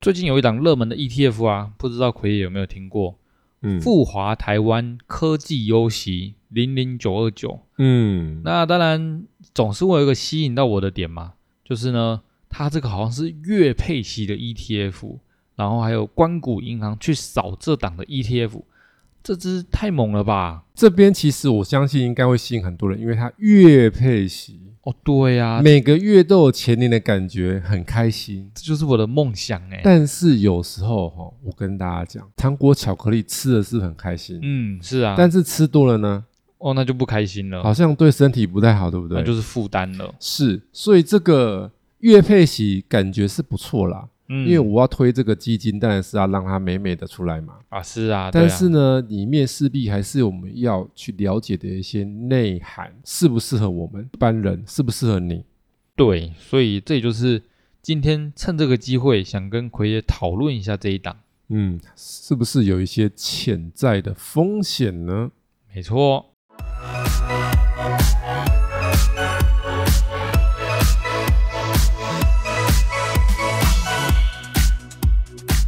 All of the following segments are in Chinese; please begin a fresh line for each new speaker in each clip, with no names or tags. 最近有一档热门的 ETF 啊，不知道奎爷有没有听过？
嗯
富华台湾科技优息零零九二九。
嗯，
那当然总是会有一个吸引到我的点嘛，就是呢，它这个好像是月配息的 ETF，然后还有关谷银行去扫这档的 ETF，这只太猛了吧！
这边其实我相信应该会吸引很多人，因为它月配息，
哦，对呀、啊，
每个月都有前年的感觉，很开心。
这就是我的梦想哎、
但是有时候哈、我跟大家讲，糖果巧克力吃的是很开心，
嗯，是啊，
但是吃多了呢，
哦，那就不开心了，
好像对身体不太好，对不
那
对？
啊就是负担了。
是，所以这个月配息感觉是不错啦，
嗯，
因为我要推这个基金，当然是要让它美美的出来嘛。
啊，是啊，对
但
啊
是呢，里面势必还是我们要去了解的一些内涵，适不适合我们一般人，适不适合你？
对，所以这也就是今天趁这个机会想跟奎爷讨论一下这一档。
嗯，是不是有一些潜在的风险呢？
没错，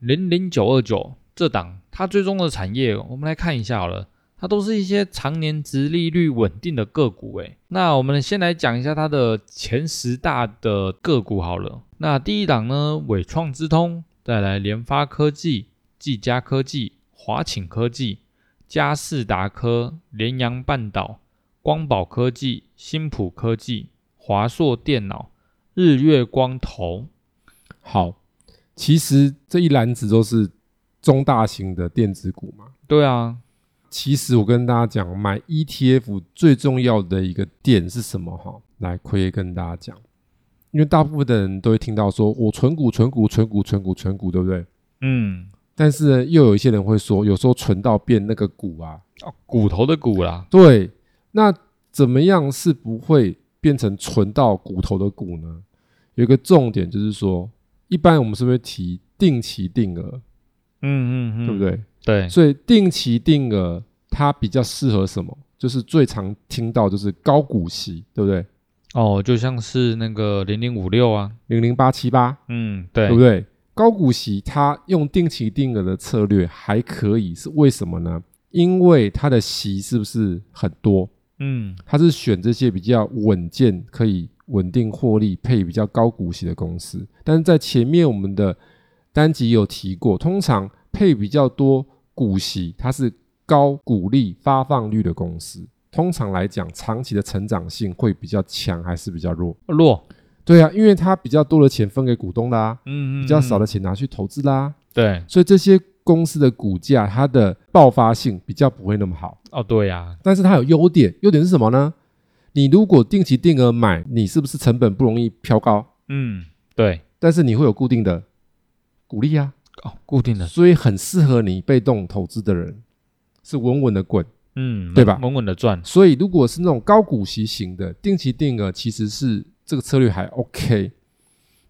零零九二九这档，它追踪的产业，我们来看一下好了。它都是一些常年值利率稳定的个股，诶，那我们先来讲一下它的前十大的个股好了。那第一档呢，伟创之通，再来联发科技、技嘉科技、华擎科技、嘉士达科、联阳半岛、光宝科技、新普科技、华硕电脑、日月光投，
好，其实这一篮子都是中大型的电子股嘛。
对啊，
其实我跟大家讲，买 ETF 最重要的一个点是什么？哈，来，奎爷跟大家讲，因为大部分的人都会听到说，我存股、存股、存股、存股、存股，对不对？
嗯，
但是呢，又有一些人会说，有时候存到变那个股啊，
骨头的骨啦，
对，那怎么样是不会变成存到骨头的骨呢？有一个重点就是说，一般我们是不是提定期定额，
嗯嗯嗯，
对不？对？
对，
所以定期定额它比较适合什么？就是最常听到就是高股息，对不对？
哦，就像是那个零零五六啊，
零零八七八，
嗯，对，
对不对？高股息它用定期定额的策略还可以，是为什么呢？因为它的息是不是很多？
嗯，
它是选这些比较稳健、可以稳定获利、配比较高股息的公司。但是在前面我们的单集有提过，通常配比较多股息，它是高股利发放率的公司。通常来讲，长期的成长性会比较强还是比较弱？
弱，
对啊，因为它比较多的钱分给股东啦，
嗯，
比较少
的，
的钱拿去投资啦，
对，
所以这些公司的股价它的爆发性比较不会那么好。
哦，对呀，
但是它有优点，优点是什么呢？你如果定期定额买，你是不是成本不容易飘高？
嗯，对，
但是你会有固定的股利啊，
哦，固定的，
所以很适合你被动投资的人，是稳稳的滚。
嗯，
对吧
稳稳的赚，
所以如果是那种高股息型的定期定额，其实是这个策略还 OK。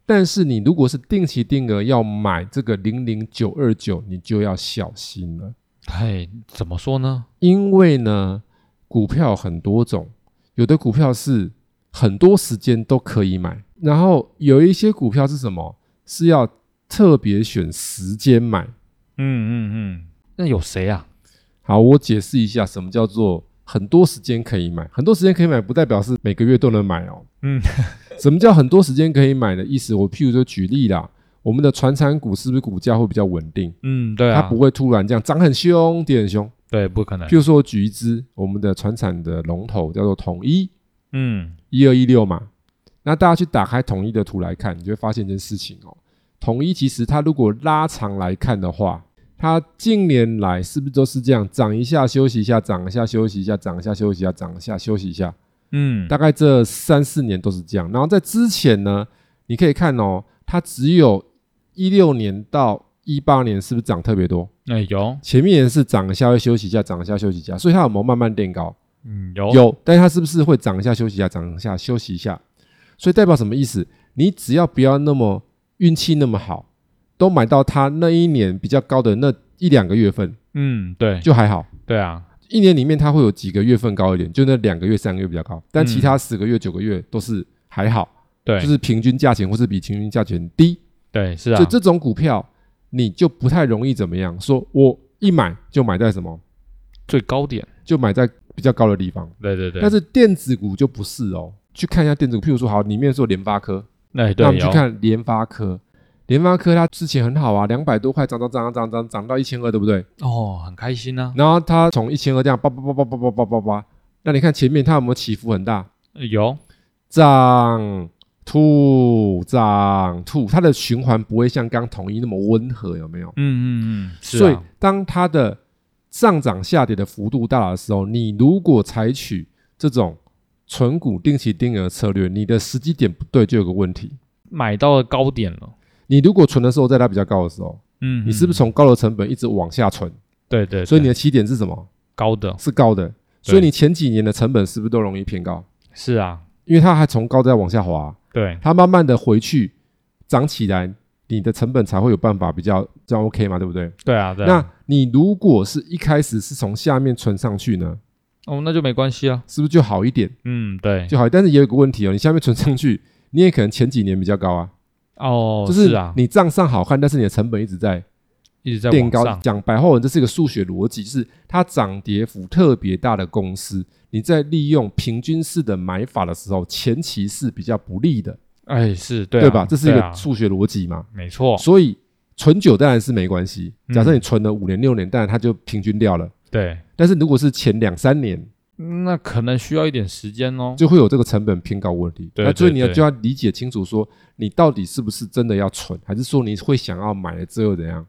但是你如果是定期定额要买这个零零九二九，你就要小心了。
哎，怎么说呢？
因为呢，股票很多种，有的股票是很多时间都可以买，然后有一些股票是什么？是要特别选时间买。
嗯嗯嗯，那有谁啊？
好，我解释一下什么叫做很多时间可以买。很多时间可以买，不代表是每个月都能买哦。
嗯，
什么叫很多时间可以买的意思？我譬如说举例啦，我们的传产股是不是股价会比较稳定？
嗯，对
它
啊
不，会突然这样涨很凶，跌很凶。
对，不可能
譬，如说，我举一支我们的传产的龙头叫做统一，
嗯，
一二一六嘛。那大家去打开统一的图来看，你就会发现一件事情哦。统一其实它如果拉长来看的话，它近年来是不是都是这样涨一下休息一下，涨一下休息一下，涨一下休息一下，涨一下休息一下，
嗯，
大概这三四年都是这样。然后在之前呢，你可以看哦，它只有一六年到一八年是不是涨特别多？
那、哎有，
前面也是涨一下会休息一下，涨一下休息一下，所以它有没有慢慢垫高？
嗯，有，
有，但是它是不是会涨一下休息一下，涨一下休息一下？所以代表什么意思？你只要不要那么运气那么好，都买到它那一年比较高的那一两个月份
嗯，对，
就还好。
对啊，
一年里面它会有几个月份高一点，就那两个月、三个月比较高，但其他十个月、九个月都是还好，
嗯对，
就是平均价钱或是比平均价钱低。
对，是啊，
所以这种股票你就不太容易怎么样，说我一买就买在什么，
最高点，
就买在比较高的地方。
对对对，
但是电子股就不是哦，去看一下电子股，譬如说好，里面说联发科，
哎，
那
对，
我们去
有，
看联发科。联发科它之前很好啊，两百多块涨涨涨涨涨涨到一千二，对不对？
哦，很开心啊，
然后它从一千二这样叭叭叭叭叭叭叭叭叭，那你看前面它有没有起伏很大？
有，
涨吐涨吐，它的循环不会像刚统一那么温和，有没有？
嗯嗯嗯，是
所以
啊，
当它的上涨下跌的幅度大的时候，你如果采取这种存股定期定额策略，你的时机点不对就有个问题。
买到了高点了，
你如果存的时候在它比较高的时候，
嗯，
你是
嗯
不是从高的成本一直往下存？
对对，
所以
对
你的起点是什么？
高的，
是高的，所以你前几年的成本是不是都容易偏高？
是啊，
因为它还从高再往下滑，
对，
它慢慢的回去涨起来，你的成本才会有办法比较这样 OK 嘛，对不对？
对啊，对啊，
那你如果是一开始是从下面存上去呢，
哦，那就没关系啊，
是不是就好一点？
嗯，对，
就好，但是也有一个问题哦，你下面存上去， 你也可能前几年比较高啊，
哦，
就是
啊，
你账上好看，但是你的成本一直在
一直在
垫
往
高。
上，
讲白话文，这是一个数学逻辑，就是它涨跌幅特别大的公司，你在利用平均式的买法的时候，前期是比较不利的，
哎，是对
对
啊
吧？这是一
对
个
啊
数学逻辑嘛，
没错，
所以存久当然是没关系。
嗯
假设你存了五年六年，当然它就平均掉了。
对，
但是如果是前两三年，
那可能需要一点时间哦，
就会有这个成本偏高问题。
对
那
对
所以你要
对
就要理解清楚，说你到底是不是真的要存，还是说你会想要买了之后怎样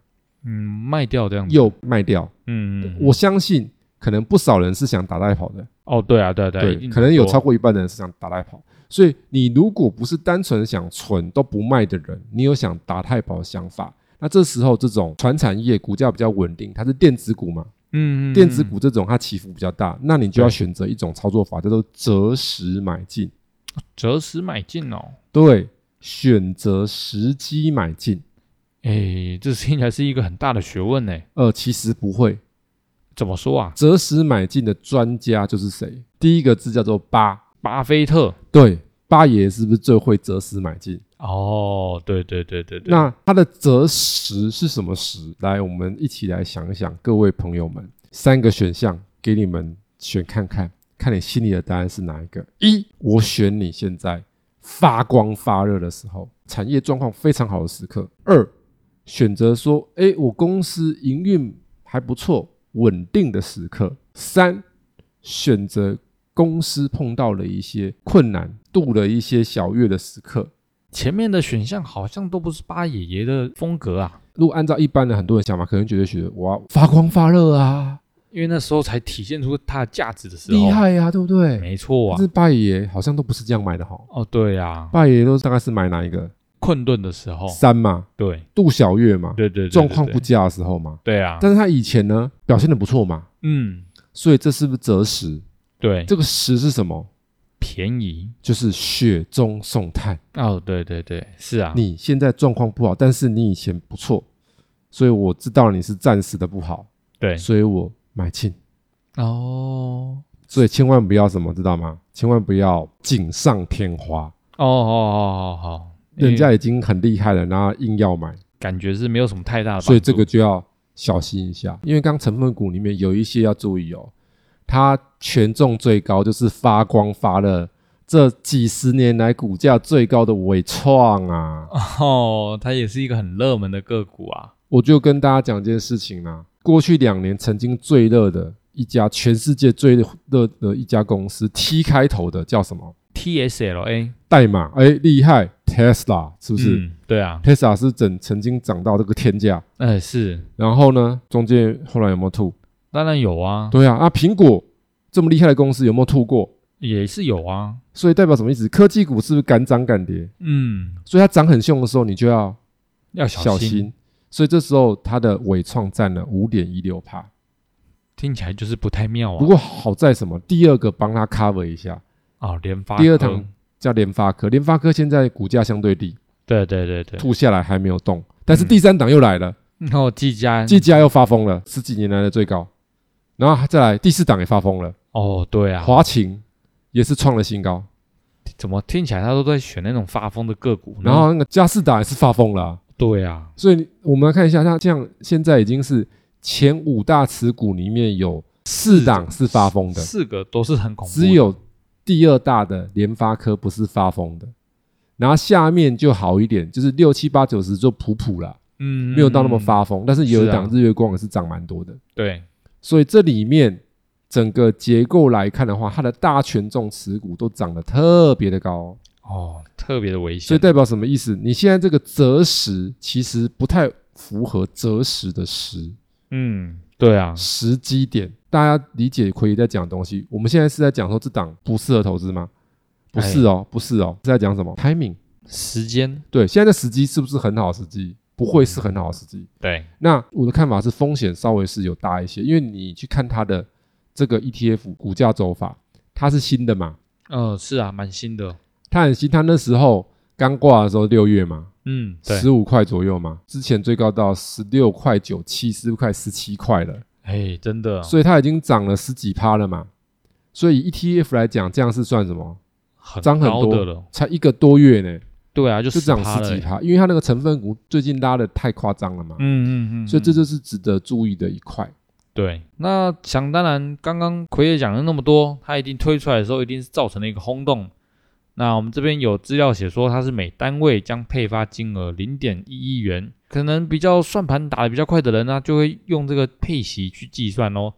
嗯，卖掉这样子，
又卖掉？
嗯，嗯嗯
我相信可能不少人是想打带跑的，
哦，对啊，对啊对啊，一定
可能有
多
超过一半的人是想打带跑。所以你如果不是单纯想存都不卖的人，你有想打太跑的想法，那这时候这种传产业股价比较稳定，它是电子股嘛，
嗯，嗯
电子
嗯
股这种它起伏比较大，那你就要
对
选择一种操作法，叫做择时买进。
择时买进哦。
对，选择时机买进。
诶，哎这听起来是一个很大的学问呢。
呃，其实不会，
怎么说啊？
择时买进的专家就是谁？第一个字叫做巴，
巴菲特
对，巴爷是不是最会择时买进？
哦，对对对对对，
那他的择时是什么时？来，我们一起来想一想，各位朋友们，三个选项给你们选看看，看你心里的答案是哪一个？一，我选你现在发光发热的时候，产业状况非常好的时刻；二，选择说，诶，我公司营运还不错，稳定的时刻；三，选择公司碰到了一些困难，度了一些小月的时刻。
前面的选项好像都不是巴爷爷的风格啊，
如果按照一般的很多人想法，可能觉得觉得哇发光发热啊，
因为那时候才体现出它的价值的时候，
厉，害呀、啊，对不对？
没错
但
啊
是。拜爷好像都不是这样买的哈，
哦，对啊，
拜爷都大概是买哪一个
困顿的时候，
三嘛，
对
杜小月嘛，
哦对对，对
状况
对
不佳的时候嘛。
对啊，
但是他以前呢表现的不错嘛，
嗯，
所以这是不是择时？
对，
这个时是什么？
便宜。
就是雪中送炭。
哦，对对对，是啊，
你现在状况不好，但是你以前不错，所以我知道你是暂时的不好，
对
所以我买进。
哦。
所以千万不要什么，知道吗？千万不要锦上添花，
哦哦哦哦哦，因为
人家已经很厉害了，然后硬要买，
感觉是没有什么太大的帮助，
所以这个就要小心一下。因为刚成分股里面有一些要注意哦，它权重最高就是发光发热，这几十年来股价最高的伟 创啊，
哦，它也是一个很热门的个股啊。
我就跟大家讲一件事情啊，过去两年曾经最热的一家，全世界最热的一家公司，T 开头的叫什么？
TSLA
代码哎厉害，Tesla 是不是？
嗯对啊，
Tesla 是整曾经涨到这个天价，
哎是，
然后呢，中间后来有没有吐？
当然有啊，
对啊，啊，苹果这么厉害的公司有没有吐过？
也是有啊。
所以代表什么意思？科技股是不是敢涨敢跌？
嗯，
所以它涨很凶的时候，你就要
要
小
心。
心。所以这时候它的尾创占了五点一六帕。
听起来就是不太妙啊。
不过好在什么？第二个帮它 cover 一下，
啊，联发
第二
科
堂，叫联发科。联发科现在股价相对低，
对对对对，
吐下来还没有动，但是
嗯
第三档又来了，
然后技嘉，
技嘉又发疯了，十几年来的最高。然后再来第四档也发疯了，
哦，对啊，
华勤也是创了新高，
怎么听起来他都在选那种发疯的个股呢？
然后那个佳士达也是发疯了啊、
对啊，
所以你我们来看一下，它这样现在已经是前五大持股里面有四档是发疯的，
四个都是很恐怖的，
只有第二大的联发科不是发疯的，然后下面就好一点，就是六七八九十就普普啦，
嗯
没有到那么，发疯，但是有一档
是啊
日月光也是涨蛮多的，
对，
所以这里面整个结构来看的话，它的大权重持股都涨得特别的高哦、
哦，特别的危
所
险，
以代表什么意思？你现在这个择时其实不太符合择时的时
嗯，对啊，
时机点，大家理解奎爷在讲的东西。我们现在是在讲说这档不适合投资吗？不是哦，不是哦，是在讲什么？timing。
时间，
对，现在的时机是不是很好的时机？不会是很好的时机。
对，
那我的看法是风险稍微是有大一些，因为你去看它的这个 ETF 股价走法，它是新的嘛，
嗯，是啊，蛮新的，
它很新，它那时候刚挂的时候六月嘛，
嗯，对，
十五块左右嘛，之前最高到十六块九七、十六块十七块了，
哎，真的，
所以它已经涨了十几趴了嘛。所以以 ETF 来讲，这样是算什么？
很
涨很
高
多
的了，
才一个多月呢，
对啊，就
就
10%
涨十几
了欸，
趴，因为它那个成分股最近拉的太夸张了嘛，
嗯嗯嗯，
所以
嗯
这就是值得注意的一块。
对，那想当然，刚刚奎也讲了那么多，他一定推出来的时候，一定是造成了一个轰动。那我们这边有资料写说，它是每单位将配发金额零点一亿元，可能比较算盘打得比较快的人呢、就会用这个配息去计算哦。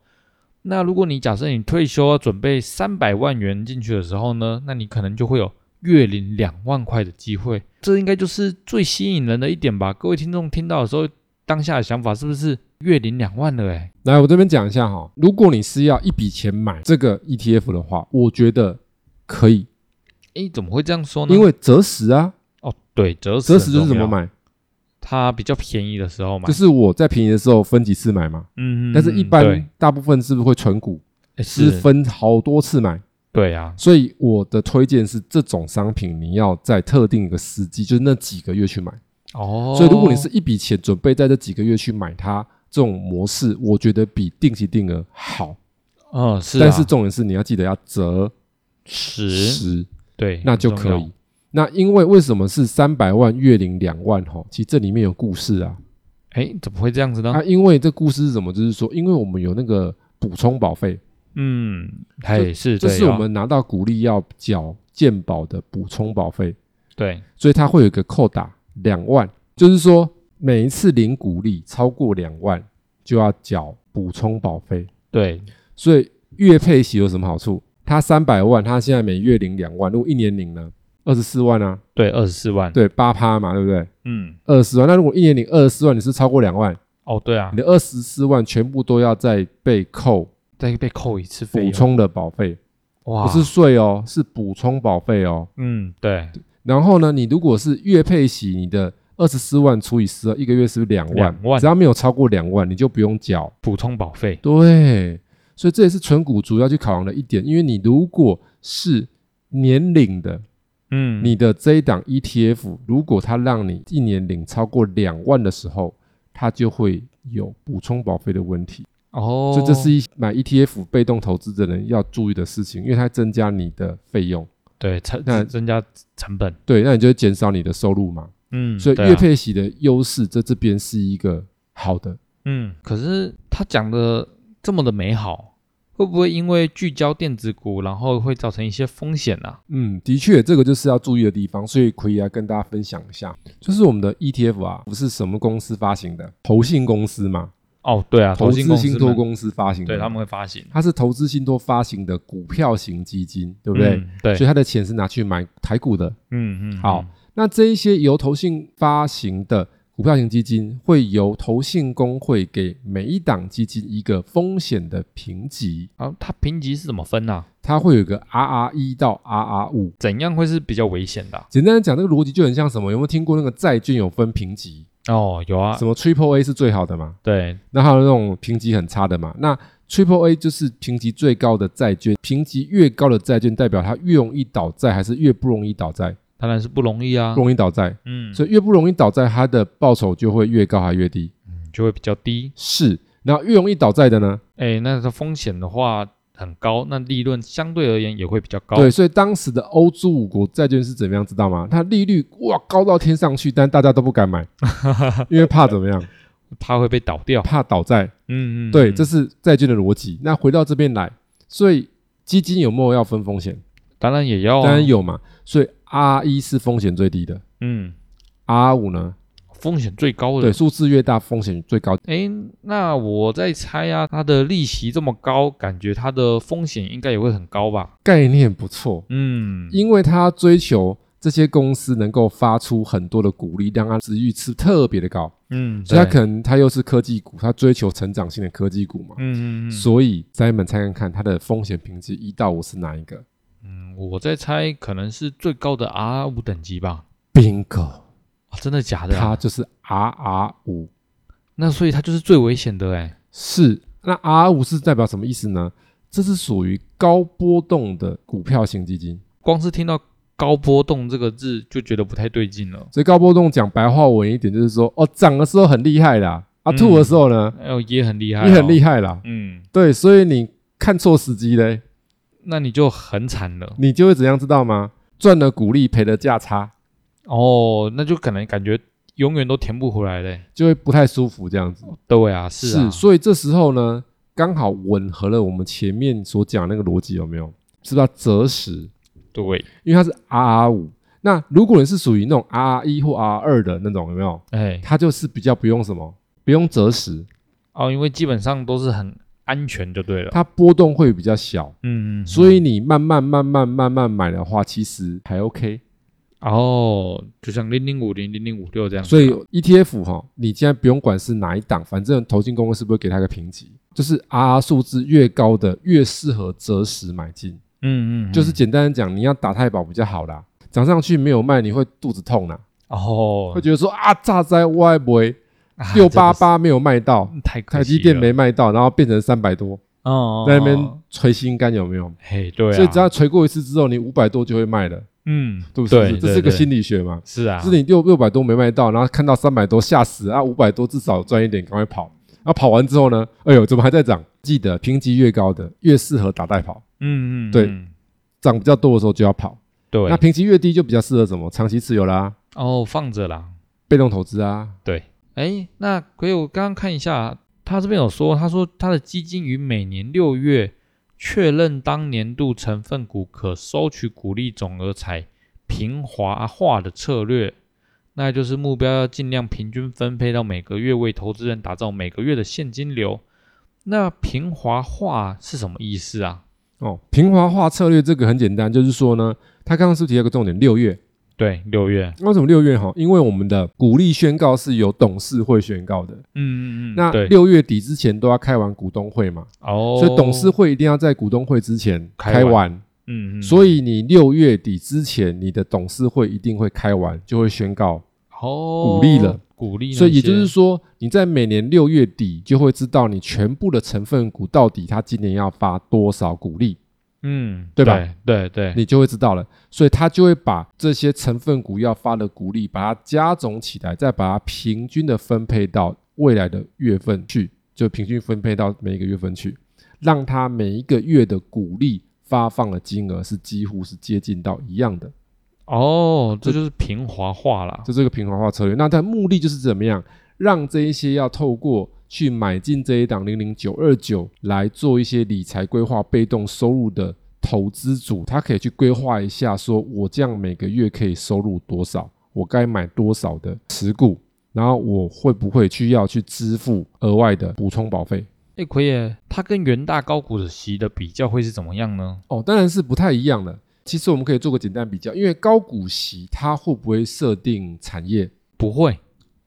那如果你假设你退休要准备三百万元进去的时候呢，那你可能就会有月领两万块的机会，这应该就是最吸引人的一点吧？各位听众听到的时候，当下的想法是不是月领两万了、欸？哎，
来，我这边讲一下哈，如果你是要一笔钱买这个 ETF 的话，我觉得可以，
诶，怎么会这样说呢？
因为择时啊，
哦，对，择时
择
哦择
时就是怎么？买，
它比较便宜的时候买，
就是我在便宜的时候分几次买嘛。
嗯，
但是一
对
般大部分是不是会存股，
诶
是
是，
分好多次买，
对啊，
所以我的推荐是这种商品你要在特定一个时机，就是那几个月去买。
哦，
所以如果你是一笔钱准备在这几个月去买它，这种模式我觉得比定期定额好。
嗯是啊，
但是重点是你要记得要择
十
时，
对，
那
很
就
重
可
要
以。那因为为什么是三百万月领两万吼？其实这里面有故事啊。
诶，怎么会这样子呢
啊，？因为这故事是什么？就是说，因为我们有那个补充保费，
嗯，嘿，是，
这
对
是我
要
们拿到股利要缴健保的补充保费。
对，
所以它会有一个扣打两万，就是说每一次领股利超过两万就要缴补充保费。
对，
所以月配息有什么好处？它三百万，它现在每月领两万，如果一年领呢，二十四万啊，
对，二十四万，
对，八趴嘛，对不对？
嗯，
二十四万，那如果一年领二十四万，你是超过两万，
哦，对啊
你，的二十四万全部都要再被扣
再被扣一次费
补
用，
充的保费，
哇，
不是，税哦，是补充保费哦。
嗯，对，
然后呢，你如果是月配息，你的二十四万除以十二，一个月是不是两万？
两万
只要没有超过两万，你就不用缴。
补充保费，
对，所以这也是纯股族要去考量的一点，因为你如果是年领的，
嗯，
你的这一档 ETF，如果它让你一年领超过两万的时候，它就会有补充保费的问题。
哦，
所以这是一买 ETF 被动投资的人要注意的事情，因为它增加你的费用，
对成
那
增加成本，
对，那你就会减少你的收入嘛。
嗯，
所以
对
月
啊
配息的优势在这边是一个好的，
嗯，可是他讲的这么的美好，会不会因为聚焦电子股，然后会造成一些风险啊？
嗯，的确，这个就是要注意的地方，所以可以来跟大家分享一下，就是我们的 ETF 啊，不是什么公司发行的，投信公司嘛，
哦，对啊，
投
信
资
公司
信托公司发行
司
的，
对他们会发行，
它是投资信托发行的股票型基金，
对
对不对？
嗯对，
所以它的钱是拿去买台股的。
嗯嗯，
好
嗯，
那这一些由投信发行的股票型基金，会由投信工会给每一档基金一个风险的评级，
好，它评级是怎么分啊？
它会有一个 RR 一到 RR 五。
怎样会是比较危险的啊、
简单的讲，这个逻辑就很像什么？有没有听过那个债券有分评级？
哦，有啊
什，么 Triple A 是最好的嘛，
对，
那还有那种评级很差的嘛。那 Triple A 就是评级最高的债券，评级越高的债券代表它越容易倒债，还是越不容易倒债？
当然是不容易啊
不，容易倒债，
嗯，
所以越不容易倒债，它的报酬就会越高还越低？
就会比较低。
是。然后越容易倒债的呢？
哎，那它风险的话很高，那利润相对而言也会比较高。
对，所以当时的欧洲五国债券是怎么样，知道吗？它利率哇高到天上去，但大家都不敢买，因为怕怎么样？
它会被倒掉。
怕倒债。
嗯嗯，
对，
嗯
这是债券的逻辑。那回到这边来，所以基金有没有要分风险？
当然也要、啊，
当然，有嘛。所以 R 一是风险最低的
嗯，
，R 五呢？
风险最高
对，
的。
数字越大，风险最高。
对，哎，那我在猜啊，它的利息这么高，感觉它的风险应该也会很高吧？
概念不错，
嗯，
因为它追求这些公司能够发出很多的鼓励，让它值域是特别的高。
嗯，
所以它
对
可能它又是科技股，它追求成长性的科技股嘛。
嗯嗯嗯，
所以 Simon 猜看看它的风险评级一到五是哪一个
嗯我在猜可能是最高的 R 五等级吧、
？Bingo，
啊真的假的、
它
啊？
就是 RR 五
那所以它就是最危险的哎、
是，那 R 五是代表什么意思呢？这是属于高波动的股票型基金，
光是听到高波动这个字就觉得不太对劲了，
所以高波动讲白话文一点就是说，哦，涨的时候很厉害啦，啊，
嗯
吐的时候呢，
哎呦也很厉害、
你很厉
害，
害啦，
嗯，
对，所以你看错时机嘞，
那你就很惨了
你就会怎样知道吗？赚了股利，赔了价差，
哦，那就可能感觉永远都填不回来嘞、
就会不太舒服这样子。
对啊，是啊，
所以这时候呢，刚好吻合了我们前面所讲那个逻辑，有没有？是不是要择时？
对，
因为它是 RR 五。那如果你是属于那种 RR 一或 RR 二的那种，有没有？
哎，
它就是比较不用什么，不用择时，
哦，因为基本上都是很安全就对了，
它波动会比较小，
嗯嗯，
所以你慢慢慢慢慢慢买的话，其实还 OK。
哦，就像零零五零零零五六这样子啊，
所以 ETF 哈，你现在不用管是哪一档，反正投信公司是不是给它一个评级，就是 RR 数字越高的越适合择时买进。
嗯嗯，嗯
就是简单地讲，你要打太保比较好啦，涨上去没有卖，你会肚子痛啦，
哦
会，觉得说啊，炸灾歪不会
啊
六八八没有卖到，
真的是太可
台
惜
积电
了，
没卖到，然后变成三百多，
哦，
在那边
哦
捶心肝有没有？
嘿，对啊，
所以只要捶过一次之后，你五百多就会卖了，
嗯，
对不
对
对？，这是个
对
心理学嘛？
是啊，
就是你六六百多没卖到，然后看到三百多吓死啊，五百多至少赚一点，赶快跑。然后跑完之后呢，哎呦，怎么还在涨？记得评级越高的越适合打带跑，
嗯嗯，
对
嗯
涨比较多的时候就要跑。
对，
那评级越低就比较适合什么？长期持有啦，
哦，放着啦。
被动投资啊。
哎，那可以，我刚刚看一下，他这边有说，他说他的基金于每年六月确认当年度成分股可收取股利总额采平滑化的策略，那就是目标要尽量平均分配到每个月，为投资人打造每个月的现金流。那平滑化是什么意思啊？
哦，平滑化策略这个很简单，就是说呢，他刚刚是不是提到一个重点，六月。
对，六月，
为什么六月哈？因为我们的股利宣告是由董事会宣告的，
嗯嗯嗯，
那
对，
六月底之前都要开完股东会嘛，
哦，
所以董事，会一定要在股东会之前
开
开
完
完。
嗯嗯，
所以你六月底之前，你的董事会一定会开完，就会宣告。
哦，
鼓励了，
鼓励那些，
所以也就是说，你在每年六月底就会知道你全部的成分股到底它今年要发多少股利，
嗯，
对吧？
对对，
你就会知道了。所以它就会把这些成分股要发的股利，把它加总起来，再把它平均的分配到未来的月份去，就平均分配到每一个月份去，让它每一个月的股利发放的金额是几乎是接近到一样的。
哦，这就是平滑化啦。
这是一个平滑化策略。那它的目的就是怎么样，让这一些要透过去买进这一档零零九二九来做一些理财规划、被动收入的投资组，他可以去规划一下，说我这样每个月可以收入多少，我该买多少的持股，然后我会不会去要去支付额外的补充保费？
哎，奎爷，它跟元大高股的息的比较会是怎么样呢？
哦，当然是不太一样的。其实我们可以做个简单比较，因为高股息它会不会设定产业？
不会，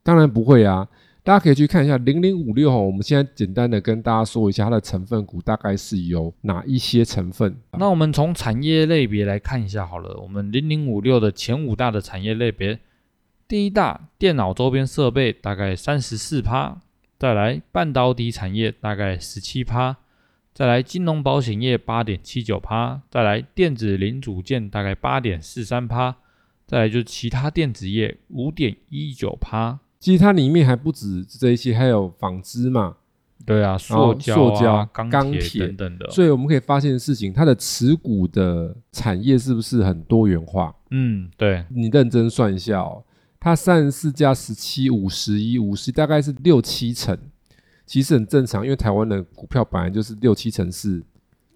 当然不会啊，大家可以去看一下零零五六哈。我们现在简单的跟大家说一下它的成分股大概是由哪一些成分。
那我们从产业类别来看一下好了，我们零零五六的前五大的产业类别，第一大电脑周边设备大概三十四趴，再来半导体产业大概十七趴，再来金融保险业八点七九趴，再来电子零组件大概八点四三趴，再来就是其他电子业五点一九趴。
其实它里面还不止这一些，还有纺织嘛，
对啊，塑胶、啊、
塑胶
钢
钢
铁
铁
等等的，
所以我们可以发现的事情，它的持股的产业是不是很多元化？
嗯，对，
你认真算一下哦，它三十四加十七、五十一、五十，大概是六七成，其实很正常，因为台湾的股票本来就是六七成是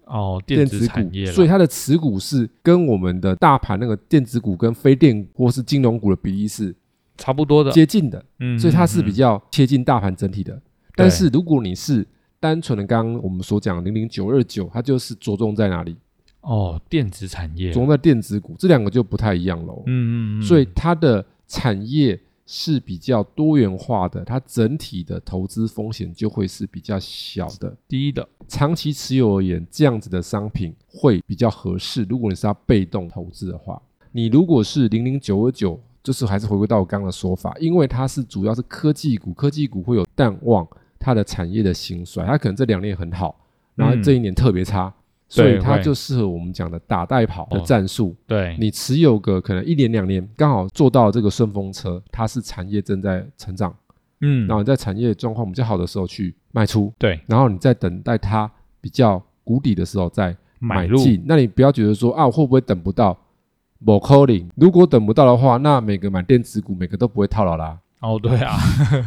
哦，
电
子
子股
产业，啦，
所以它的持股是跟我们的大盘那个电子股跟非电或是金融股的比例是
差不多的，
接近的，
嗯，
所以它是比
嗯
较接近大盘整体的。但是如果你是单纯的，刚刚我们所讲零零九二九，它就是着重在哪里？
哦，电子产业，
着重在电子股，这两个就不太一样喽。
嗯嗯嗯，
所以它的产业是比较多元化的，它整体的投资风险就会是比较小的。
第一的，
长期持有而言，这样子的商品会比较合适。如果你是要被动投资的话，你如果是零零九二九，就是还是回归到我刚刚的说法，因为它是主要是科技股，科技股会有淡旺它的产业的兴衰，它可能这两年很好，然后
嗯
这一年特别差。所
对
以它
会
就适合我们讲的打带跑的
哦
战术，
对，
你持有个可能一年两年，刚好坐到这个顺风车，它是产业正在成长，
嗯
然，后你在产业状况比较好的时候去卖出，
对，
然后你再等待它比较谷底的时候再
买
买
入，
进。那你不要觉得说啊，我会不会等不到？某 calling，如果等不到的话，那每个买电子股每个都不会套牢啦，
哦，对啊，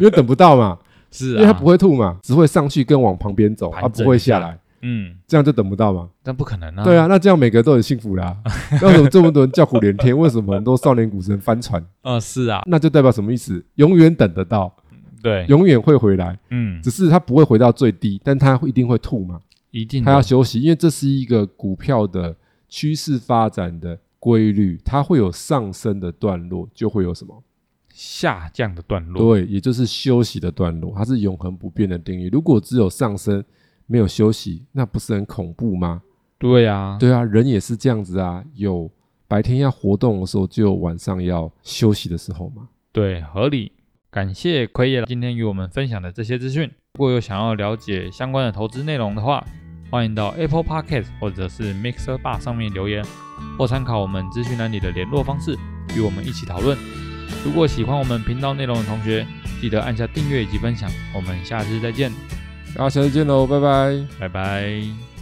因为等不到嘛，
是
因
啊，
为它不会吐嘛，只会上去跟往旁边走，
盘
它
整
不会
一下
下来，
嗯，
这样就等不到嘛。
但不可能啊，
对，啊，那这样每个都很幸 福啦。那为什么这么多人叫苦连天？为什么很多少年股神翻船？
呃，是啊，
那就代表什么意思？永远等得到，
对，
永远会回来，
嗯，
只是它不会回到最低，但它一定会吐嘛，
一定
它
的
要休息，因为这是一个股票的趋势发展的规律，它会有上升的段落，就会有什么？
下降的段落，
对，也就是休息的段落，它是永恒不变的定律。如果只有上升没有休息，那不是很恐怖吗？
对啊，
对啊，人也是这样子啊，有白天要活动的时候，就有晚上要休息的时候嘛。
对，合理。感谢奎爷今天与我们分享的这些资讯。如果有想要了解相关的投资内容的话，欢迎到 Apple Podcast 或者是 Mixer Bar 上面留言，或参考我们资讯栏里的联络方式，与我们一起讨论。如果喜欢我们频道内容的同学，记得按下订阅以及分享。我们下次再见，
大家下次见喽，拜拜。
拜拜。